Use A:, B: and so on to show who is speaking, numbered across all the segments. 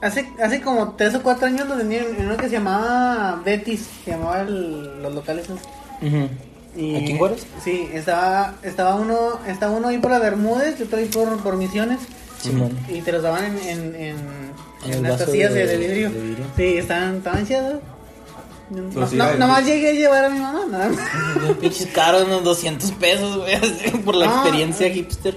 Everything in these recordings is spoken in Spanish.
A: Hace, hace como tres o cuatro años lo tenía en uno que se llamaba Betis, se llamaba el- los locales. esos. Y-
B: ¿Aquí en Juárez?
A: Sí, estaba, estaba uno, estaba uno ahí por la Bermúdez y otro ahí por, por Misiones.
B: Simón.
A: Y te los daban en, en, en,
B: En
A: en
B: el
A: las
B: vaso
A: casillas
B: de-
A: de, de vidrio.
B: de vidrio.
A: Sí, estaban, estaban chidas. ¿no? No,
C: Pues sí,
A: no-
C: hay-
A: nomás llegué a llevar a mi mamá, nada más.
B: Los pinches caros, unos 200 pesos, güey, así, por la
A: Ah.
B: experiencia hipster.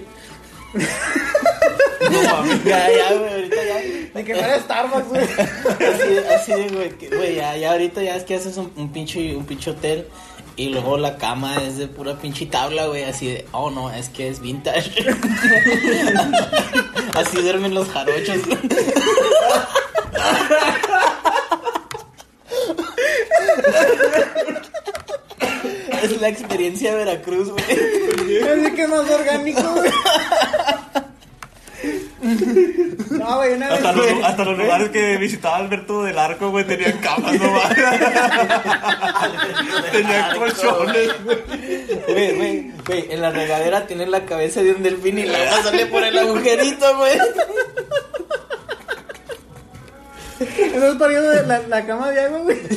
B: No mames. Ya, ya, güey, ahorita ya.
A: De que fuera Starbucks, güey.
B: Así, de- así de, güey, que, güey, ya, ya ahorita ya es que haces un, un pinche, un pinche hotel y luego la cama es de pura pinche tabla, güey, así de, oh no, es que es vintage. así duermen los jarochos. es la experiencia de Veracruz, güey.
A: Así que es más orgánico, güey. No, güey, una vez.
C: Hasta los,
A: güey,
C: hasta los lugares que visitaba Alberto del Arco, güey, tenían camas, no mames. Tenían colchones, güey.
B: Güey, güey, güey, en la regadera tienen la cabeza de un delfín y luego sale por el agujerito, güey.
A: Estás pariendo de la, la cama de agua, güey.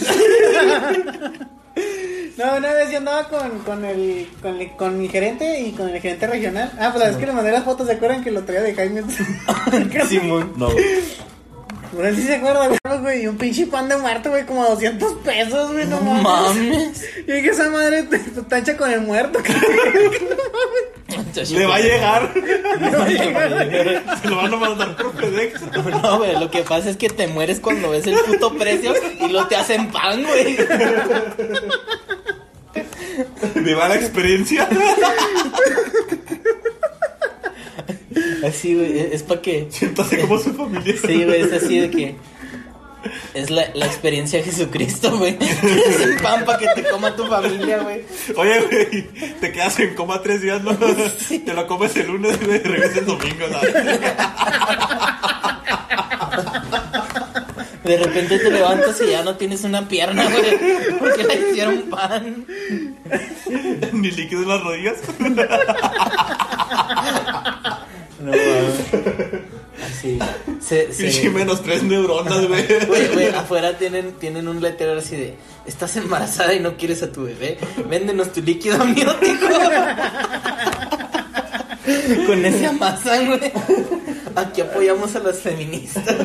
A: No, una vez yo andaba con, con, el, con, el- con mi gerente y con el gerente regional. Ah, pues la vez que le mandé las fotos, ¿se acuerdan que lo traía de Jaime?
C: Simón. No, güey.
A: Bueno, sí se acuerda, güey, güey. Y un pinche panda muerto, güey, como 200 pesos, güey, no mames.
B: Mames.
A: Y dije, esa madre te, te tancha con el muerto, cabrón.
C: Le va a llegar.
A: No llega.
C: Se lo van a mandar por FedEx.
B: No, güey, lo que pasa es que te mueres cuando ves el puto precio y lo te hacen pan, güey.
C: Viva la experiencia.
B: Así, güey, e, es para que.
C: Siéntase como su familia.
B: Sí, güey, es así de que. Es la, la experiencia de Jesucristo, güey. Te hacen pan para que te coma tu familia, güey.
C: Oye, güey, te quedas en coma tres días, ¿no? Te lo comes el lunes, güey, regresas el domingo, ¿sabes?
B: De repente te levantas y ya no tienes una pierna, güey. Porque la hicieron pan.
C: Ni líquido en las rodillas.
B: No, güey. Así. Se, se-
C: Pinche menos tres neuronas, güey.
B: Güey, güey, afuera tienen, tienen un letrero así de Estás embarazada y no quieres a tu bebé Véndenos tu líquido amniótico Con ese amasan, güey Aquí apoyamos a las feministas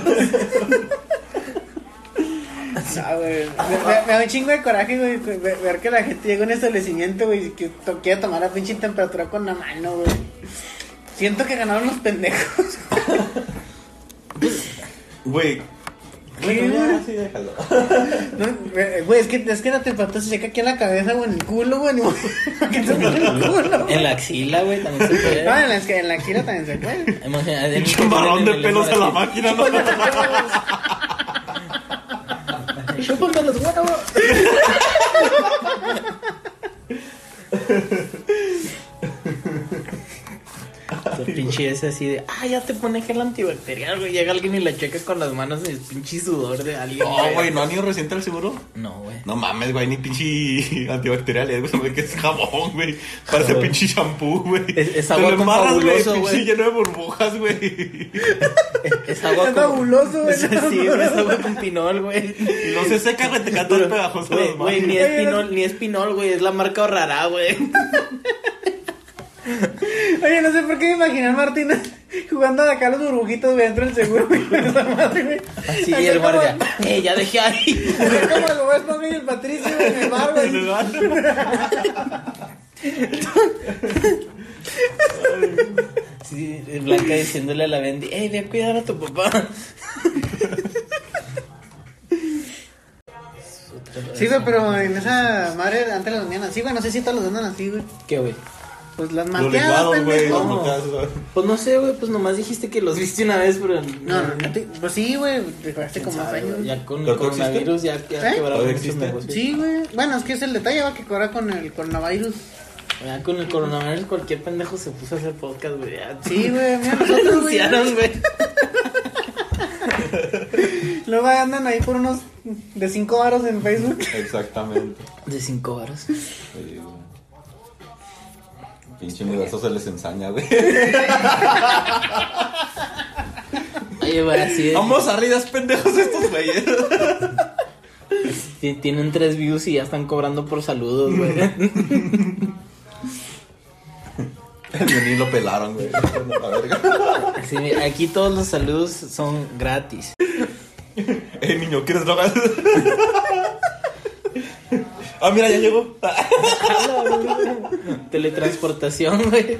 A: No, Ah, güey. Me, me- me da un chingo de coraje, güey, ve- ve- ver que la gente llega a un establecimiento, güey, y que to- quiera tomar la pinche temperatura con la mano, güey. Siento que ganaron los pendejos.
C: Güey.
A: Güey, no, eh, güey, es que, es que la temperatura se seca aquí en la cabeza, güey, en el culo, güey. ni modo Que te seque en el culo.
B: En la axila, güey, también se puede
A: No, en la, en la axila también se puede.
B: Imagínate,
C: Un
B: en-
C: chamarrón de
B: en el-
C: pelos a la máquina, ¿no?
A: Chúpame los huevos.
B: Ese pinche ese así de Ah, ya te pone gel antibacterial, güey Llega alguien y la checa con las manos y es pinche sudor de alguien
C: No, güey, ¿no han ido reciente al seguro?
B: No, güey
C: No mames, güey, ni pinche antibacterial, es, güey, que es jabón, güey. Parece
B: Jabón.
C: pinche champú, güey.
B: Es- es
C: Te
B: agua
C: lo
B: con
C: embarras,
B: fabuloso, güey.
C: Pinche lleno de burbujas, güey.
B: Es, es agua
A: Es
B: con-
A: fabuloso, güey.
B: Es así, güey, es agua con pinol, güey
C: Y no se seca, güey, te caen todos pegajosos
B: Güey,
C: las
B: güey, ni
C: manos.
B: es
A: Oye, no-
B: Pinol, ni es Pinol, güey, es la marca Horrará, güey.
A: Oye, no sé por qué me imaginé a Martín jugando acá a los burbujitos güey, dentro del seguro, güey. con esa madre, güey.
B: Así
A: Acá
B: y el
A: como-
B: guardia. Eh, ya dejé ahí.
A: acá Como el Bob Esponja y el Patricio güey, en el bar,
C: En el
A: güey.
C: bar.
B: Sí, eh, Blanca diciéndole a la Bendy, eh, ve a cuidar a tu papá.
A: Sí, güey, pero en esa madre antes las vendían así, güey. No sé si todas las venden así, güey.
B: ¿Qué, güey?
A: Pues las
C: Los
A: manteadas,
C: licuados, güey,
A: pendejo.
C: los
B: No.
C: manteados, ¿sabes?
B: Pues no sé, güey, pues nomás dijiste que los viste una vez, pero.
A: No, no, no te- pues sí, güey. Te jugaste como dos
B: Sabe,
A: años.
B: güey, Ya con el
C: ¿Pero todavía
B: coronavirus ya, ya
A: ¿Eh?
B: quebraron
C: ¿Todavía
B: muchos
C: existe?
B: negocios.
A: Sí, güey. Bueno, es que es el detalle, va, que ahora con el coronavirus.
B: Ya con el coronavirus cualquier pendejo se puso a hacer podcast, güey. ya.
A: Sí, güey, mira, nosotros, güey.
B: Anunciaron, güey.
A: Luego andan ahí por unos de 5 varos en Facebook.
C: Exactamente.
B: De cinco varos.
C: Sí, güey. Pinche universo se les ensaña, güey.
B: Oye, güey, así de-
C: Vamos arridas pendejos estos güeyes.
B: Ti- Tienen tres views y ya están cobrando por saludos, güey.
C: El violín lo pelaron, güey. La verga.
B: Sí, aquí todos los saludos son gratis.
C: Eh, niño, ¿quieres drogas? ah, mira, ya llegó.
B: Teletransportación, güey.